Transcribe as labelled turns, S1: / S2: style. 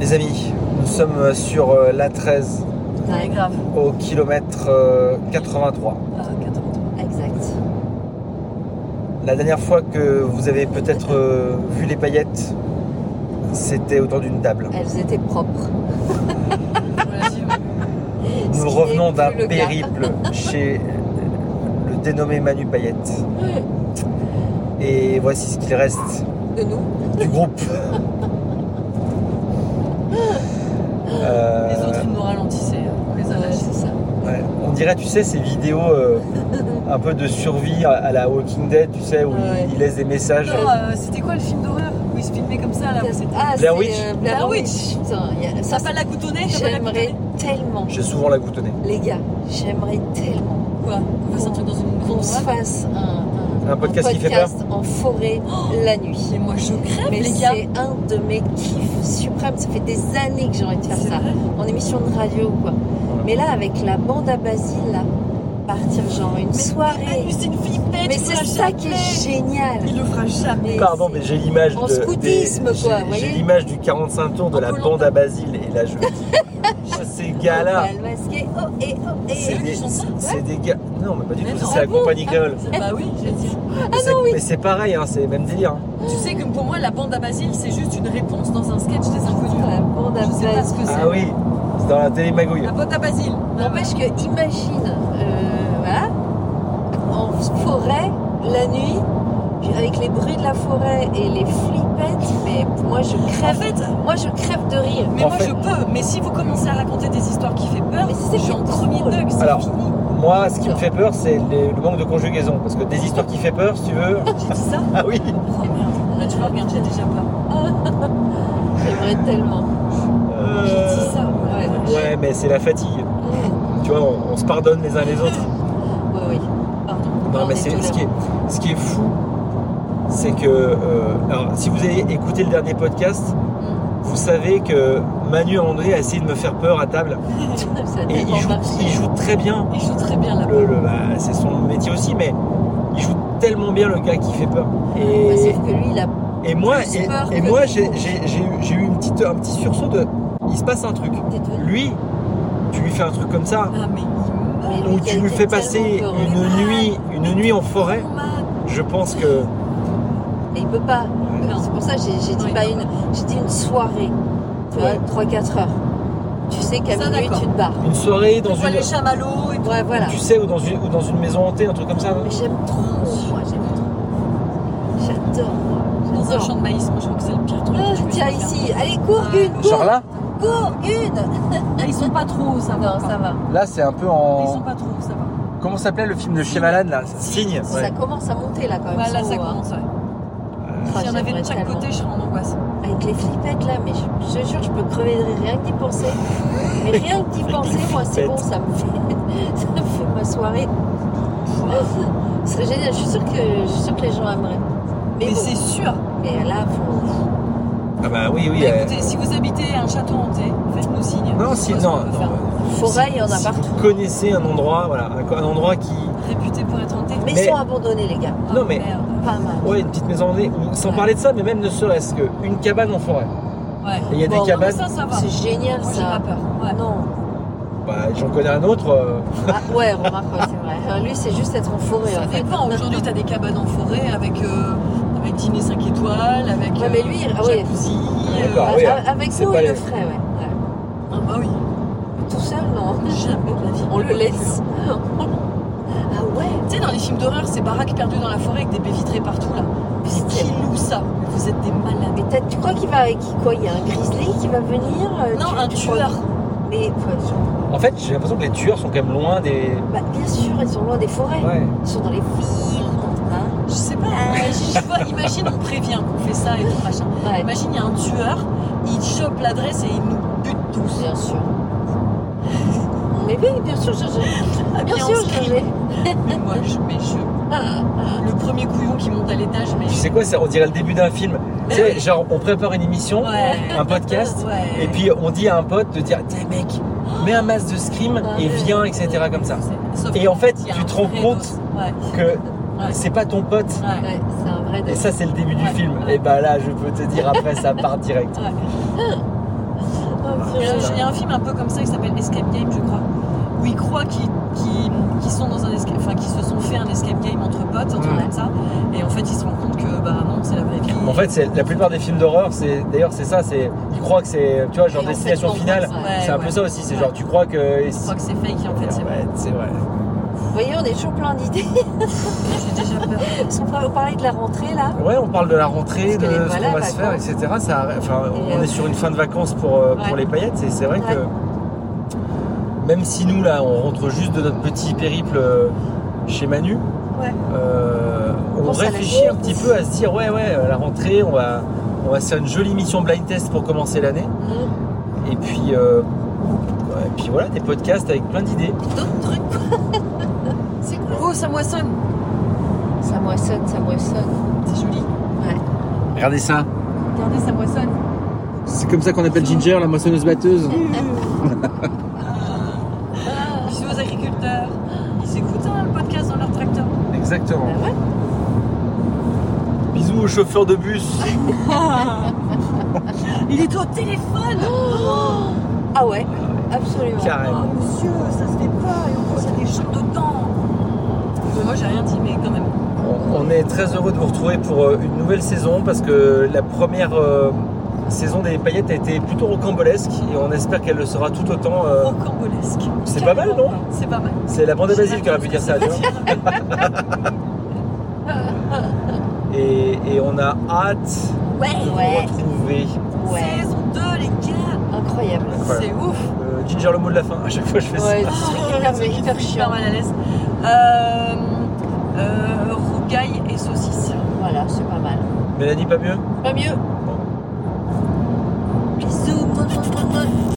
S1: Les amis, nous sommes sur euh, la 13
S2: Ouais, grave.
S1: au kilomètre euh, 83.
S2: Ah, 83. Exact.
S1: La dernière fois que vous avez peut-être euh, vu les paillettes, c'était autour d'une table.
S2: Elles étaient propres. Ce
S1: Nous
S2: qui
S1: revenons
S2: n'est
S1: d'un
S2: plus le cas.
S1: périple chez euh, le dénommé Manu Payette. Et voici ce qu'il reste
S2: De nous.
S1: du groupe. Euh,
S3: Les autres, ils nous ralentissaient. On les a
S2: Ouais,
S3: lâchés.
S2: c'est ça.
S1: ouais. On dirait, tu sais, ces vidéos euh, un peu de survie à- à la Walking Dead, tu sais, où il-
S2: Ouais.
S1: il, laisse des messages.
S3: Non, euh, c'était quoi le film d'horreur où ils se filmaient comme ça là où c'était-
S2: Ah,
S1: Blair
S2: c'est,
S1: Witch.
S2: euh,
S3: Blair
S2: Blair Witch. Putain, il y a-
S3: Ça
S2: ça,
S3: s'appelle la goutonnée ça s'appelle la
S2: j'aimerais
S3: goutonnée.
S2: tellement.
S1: J'ai souvent la goutonnée.
S2: Les gars, j'aimerais tellement
S3: Quoi On fasse un truc dans une
S2: qu'on
S3: grande
S2: se fasse un, un-
S1: Un podcast qui fait
S2: podcast en forêt
S3: Oh
S2: la nuit.
S3: Et moi, je crève,
S2: Mais
S3: les gars.
S2: c'est un de mes kiffs suprêmes. Ça fait des années que j'ai envie de faire
S3: C'est
S2: ça.
S3: vrai.
S2: En émission de radio, quoi. Mais là, avec la bande à Basile, là, partir genre une
S3: Mais
S2: soirée.
S3: Manu, c'est une flippette.
S2: Mais
S3: il
S2: c'est
S3: fera
S2: ça
S3: jamais.
S2: qui est génial.
S3: Il le fera jamais.
S1: Pardon, mais j'ai l'image
S2: En
S1: de.
S2: scoutisme,
S1: des-
S2: quoi,
S1: j'ai-
S2: vous
S1: J'ai
S2: voyez
S1: l'image du 45 tours de
S3: En
S1: la
S3: Koh-Lanta.
S1: bande à Basile. Et là, je me dis, oh, ces gars-là,
S2: Mal masqué. Oh, et oh, et.
S1: c'est
S3: eux qui
S1: des,
S3: sont ça
S1: c'est des gars. Non, mais pas du
S3: Mais
S1: tout,
S3: non.
S1: c'est la
S3: Ah bon
S1: compagnie créole.
S3: Bah oui, je vais dire.
S1: Mais c'est- Mais c'est pareil, hein, c'est le même délire. hein.
S3: Tu sais que pour moi, la bande à Basile, c'est juste une réponse dans un sketch des inconnus.
S2: La bande à
S3: Je sais pas ce
S2: Basile.
S3: que
S1: Ah
S3: c'est.
S1: oui, c'est dans la télé magouille.
S3: La bande à Basile.
S2: N'empêche que, imagine, euh, voilà, en forêt, la nuit, avec les bruits de la forêt et les flippettes, mais moi je
S3: En
S2: crève.
S3: fait,
S2: Moi je crève de rire.
S3: mais
S1: En
S3: moi
S1: fait-
S3: je peux. Mais si vous commencez à raconter des histoires qui fait peur,
S2: Mais si c'est
S3: je suis en
S2: pas
S3: premier
S2: drôle.
S3: dog. c'est
S1: Alors,
S3: fini.
S1: Moi, ce qui me fait peur, c'est les- le manque de conjugaison. Parce que des histoires qui fait peur, si tu veux.
S3: j'ai dit ça.
S1: Ah oui
S3: Oh merde. Là, tu vois, regarde, j'ai déjà peur.
S2: J'aimerais tellement.
S3: J'ai
S1: Euh,
S3: dit ça.
S2: Ouais,
S1: Ouais, mais c'est la fatigue.
S2: ouais,
S1: Tu vois, on, on se pardonne les uns les autres.
S2: oui. Pardon.
S1: Non,
S2: On
S1: mais
S2: est
S1: c'est ce qui
S2: tolérants.
S1: est, ce qui est fou, c'est que euh, alors, si vous avez écouté le dernier podcast, vous savez que Manu à un moment donné, a essayé de me faire peur à table
S2: Ça a
S1: et il
S2: tellement
S1: joue,
S2: marché.
S1: il joue très bien.
S3: Il joue très bien là.
S1: Le- le- bah, c'est son métier aussi, mais il joue tellement bien le gars qui fait peur. Et,
S2: Ouais, Bah, sauf que lui, il a
S1: et moi,
S2: plus
S1: et,
S2: peur
S1: et
S2: que
S1: moi,
S2: tout.
S1: j'ai j'ai- j'ai eu- j'ai eu une petite, un petit sursaut de, il se passe un truc.
S2: été devenu.
S1: Lui, tu lui fais un truc comme ça,
S3: Ah, mais
S2: Mais
S1: ou
S2: qui a
S1: tu lui
S2: été
S1: fais passer
S2: tellement peureux.
S1: une nuit, une nuit en forêt. Je pense que
S2: Mais il peut pas.
S3: Non.
S2: C'est pour ça que j'ai j'ai dit
S3: Oui.
S2: pas une. J'ai dit une soirée. Tu
S1: Ouais.
S2: vois, 3-4 heures. Tu sais qu'à
S3: Ça,
S2: minuit,
S3: d'accord.
S2: tu te barres.
S1: une soirée
S3: Dans
S1: dans une,
S3: les chamallows et tout.
S2: Ouais, voilà.
S1: tu sais, ou dans une, ou dans une maison hantée, un truc comme ça. non
S2: Mais j'aime trop, moi, j'aime trop. J'adore, moi.
S3: Dans un
S2: J'adore.
S3: champ de maïs, moi je trouve que c'est le pire truc.
S2: Ah,
S3: que tu peux
S2: tiens,
S3: faire.
S2: ici. Allez, cours, Gune,
S1: Genre
S2: cours,
S1: là,
S2: cours, Gune.
S3: Là, Ah, ils sont pas trop, ça va.
S2: Non, ça va.
S1: là c'est un peu
S3: Ils sont
S1: en.
S3: pas trop, ça va.
S1: Comment s'appelait le film de Shyamalan là Signe.
S2: Ça commence à monter, là, quand même.
S3: Bah, là,
S2: son
S3: ça
S2: haut, hein.
S3: commence, ouais.
S2: Ah,
S3: S'il y en avait de chaque
S2: j'aimerais
S3: côté, je serais en angoisse.
S2: tellement. Avec les flippettes, là, mais je, je te jure, je peux crever de rire rien que d'y penser. Mais rien que d'y penser, moi, c'est bon, ça me fait, ça me fait ma soirée. Ce serait génial, je suis sûre que, je suis sûre que les gens aimeraient. Mais,
S3: Mais
S2: bon,
S3: c'est sûr.
S2: mais là, faut...
S1: Ah bah oui, oui.
S3: Bah,
S1: euh,
S3: écoutez, si vous habitez un château hanté, faites-nous signe.
S1: Non, si,
S3: Je sais pas
S1: non,
S3: ce qu'on peut
S1: non.
S2: forêt, il y en a
S1: si
S2: partout.
S1: Vous connaissez un endroit, voilà, un, un endroit qui.
S3: faire. Réputé pour être hanté. Ah,
S2: Mais ils
S1: Mais-
S2: sont abandonnés, les gars.
S1: Non, mais-
S3: Merde.
S2: Pas mal.
S1: Ouais, une petite maison hantée. ou- Sans
S2: Ouais.
S1: parler de ça, mais même ne serait-ce que une cabane en forêt.
S3: Ouais.
S1: Et il y a
S2: Bon,
S1: des
S2: non,
S3: Non, mais
S1: cabanes.
S3: ça, ça va.
S2: C'est génial,
S3: Moi, j'ai
S2: ça.
S3: pas peur. Ouais.
S2: Non.
S1: Bah, j'en connais un autre. euh,
S2: Ah, ouais, remarque, ouais, c'est vrai. Euh, Lui, c'est juste être en forêt,
S3: Ça
S2: en fait.
S3: dépend. Aujourd'hui, t'as des cabanes en forêt avec, euh, avec dîner 5 étoiles, avec euh,
S2: Ouais, mais lui, ah ouais.
S3: jacuzzi. euh,
S1: D'accord. Ah
S2: Ah,
S1: oui,
S2: ah, avec
S1: c'est
S2: nous,
S1: pas
S2: il
S1: les-
S2: le ferait, ouais. ouais.
S3: Ah bah oui,
S2: Tout seul, non.
S3: jamais de la vie.
S2: On le laisse. Ah ouais
S3: Tu sais, dans les films d'horreur, ces baraques perdues dans la forêt avec des baies vitrées partout là. C'est qui loue ça Vous êtes des malades.
S2: Mais t'as- tu crois qu'il va... qu'il- Quoi, il y a un grizzly qui va venir euh,
S3: Non,
S2: tu-
S3: un
S2: tu crois-
S3: tueur.
S2: Mais, ouais, je-
S1: En fait, j'ai l'impression que les tueurs sont quand même loin des.
S2: bah, bien sûr, ils sont loin des forêts.
S1: Ouais.
S2: Ils sont dans les villes. dans- hein.
S3: Je Je sais pas. je vois, imagine, on prévient qu'on fait ça et tout machin.
S2: Ouais,
S3: Imagine, il y a un tueur, il chope l'adresse et il nous bute tous.
S2: bien sûr. Mais oui, bien sûr, je, je- Ah, bien sûr,
S3: je
S2: je l'ai. Ah,
S3: Mais moi, je, mais je- le premier couillon qui monte à l'étage, mais
S1: Tu sais quoi, ça, on dirait le début d'un film. Tu sais, genre, on prépare une émission,
S3: Ouais.
S1: un podcast,
S3: Ouais.
S1: et puis on dit à un pote de dire T'es mec, mets un masque de scream et viens, etc. comme ça.
S3: Sauf
S1: Et en fait,
S3: qu'il y a
S1: tu
S3: un
S1: te rends
S3: vrai
S1: compte
S3: dos. Ouais.
S1: Que c'est pas ton pote.
S3: Ouais.
S2: Ouais, c'est un vrai
S1: Et
S2: délire.
S1: ça, c'est le début du
S3: Ouais.
S1: film. Et bah là, je peux te dire, après, ça part direct.
S3: Ouais.
S2: Oh,
S3: Il
S1: Ah,
S3: y a-
S2: purée.
S3: il y a un film un peu comme ça qui s'appelle Escape Game, je crois, où ils croient qu'ils qu'ils- qu'ils sont dans un escape, enfin qu'ils se sont fait un escape game entre potes, un truc
S1: Mm.
S3: comme ça, et en fait ils se rendent compte que bah non c'est la vraie vie.
S1: En fait, c'est la plupart des films d'horreur, c'est d'ailleurs c'est ça, c'est ils croient que c'est tu vois genre
S2: Et en fait,
S1: destination
S2: non,
S1: finale.
S2: ouais.
S1: C'est un peu ça aussi, c'est
S3: Ouais.
S1: genre tu crois que
S3: Je crois que c'est fake, en fait c'est vrai.
S1: Ouais, c'est vrai.
S2: Vous voyez, on est toujours plein d'idées.
S3: J'ai déjà peur.
S2: On va vous parler de la rentrée là.
S1: Ouais, on parle de la rentrée,
S2: Parce que
S1: de
S2: les
S1: ce
S2: voilà,
S1: qu'on va se faire,
S2: vacances.
S1: etc. Ça, enfin,
S2: Et,
S1: on
S2: euh,
S1: est sur une fin de vacances pour, euh, pour
S3: Ouais.
S1: les paillettes et c'est vrai
S2: Ouais.
S1: que même si nous là, on rentre juste de notre petit périple euh, chez Manu, euh, on
S2: Pense à la
S1: réfléchit un petit peu à se dire ouais ouais, à la rentrée, on va on va se faire une jolie mission blind test pour commencer l'année.
S3: Mm.
S1: Et puis, euh, ouais, et puis voilà, des podcasts avec plein d'idées.
S3: D'autres trucs. C'est cool. Oh ça moissonne.
S2: Ça moissonne, ça moissonne.
S3: C'est joli.
S1: Regardez ça.
S3: Regardez ça moissonne.
S1: C'est comme ça qu'on appelle Ginger, la moissonneuse batteuse.
S3: Bisous aux agriculteurs. Ils écoutent hein, le podcast dans leur tracteur.
S1: Exactement.
S2: Bah ouais.
S1: Bisous aux chauffeurs de bus.
S2: Ah,
S3: Il est au téléphone.
S2: Ah ouais, absolument.
S1: Carrément.
S3: Oh, monsieur, ça se fait pas, et en plus, il y a des gens dedans. Mais moi, j'ai rien dit, mais quand même.
S1: On on est très heureux de vous retrouver pour euh, une nouvelle saison parce que la première euh, saison des paillettes a été plutôt rocambolesque et on espère qu'elle le sera tout autant. euh,
S3: Oh. Rocambolesque.
S1: c'est pas mal, non
S3: C'est pas mal.
S1: C'est la bande à Basile qui aurait pu dire ça. tu vois. Et, et on a hâte de vous
S2: Ouais.
S1: retrouver.
S2: Ouais,
S3: Saison 2, les gars.
S2: incroyable.
S1: Incroyable.
S3: C'est ouf.
S1: Euh, Ginger le mot de la fin, à chaque fois je fais
S2: Ouais,
S1: ça.
S2: c'est hyper, mais
S3: Je suis
S2: hyper
S3: Oh, hyper
S2: chiant.
S3: mal à l'aise. Euh, euh, rougaille et saucisse.
S2: Voilà, c'est pas mal.
S1: Mélanie, pas mieux
S2: Pas mieux. Bisous.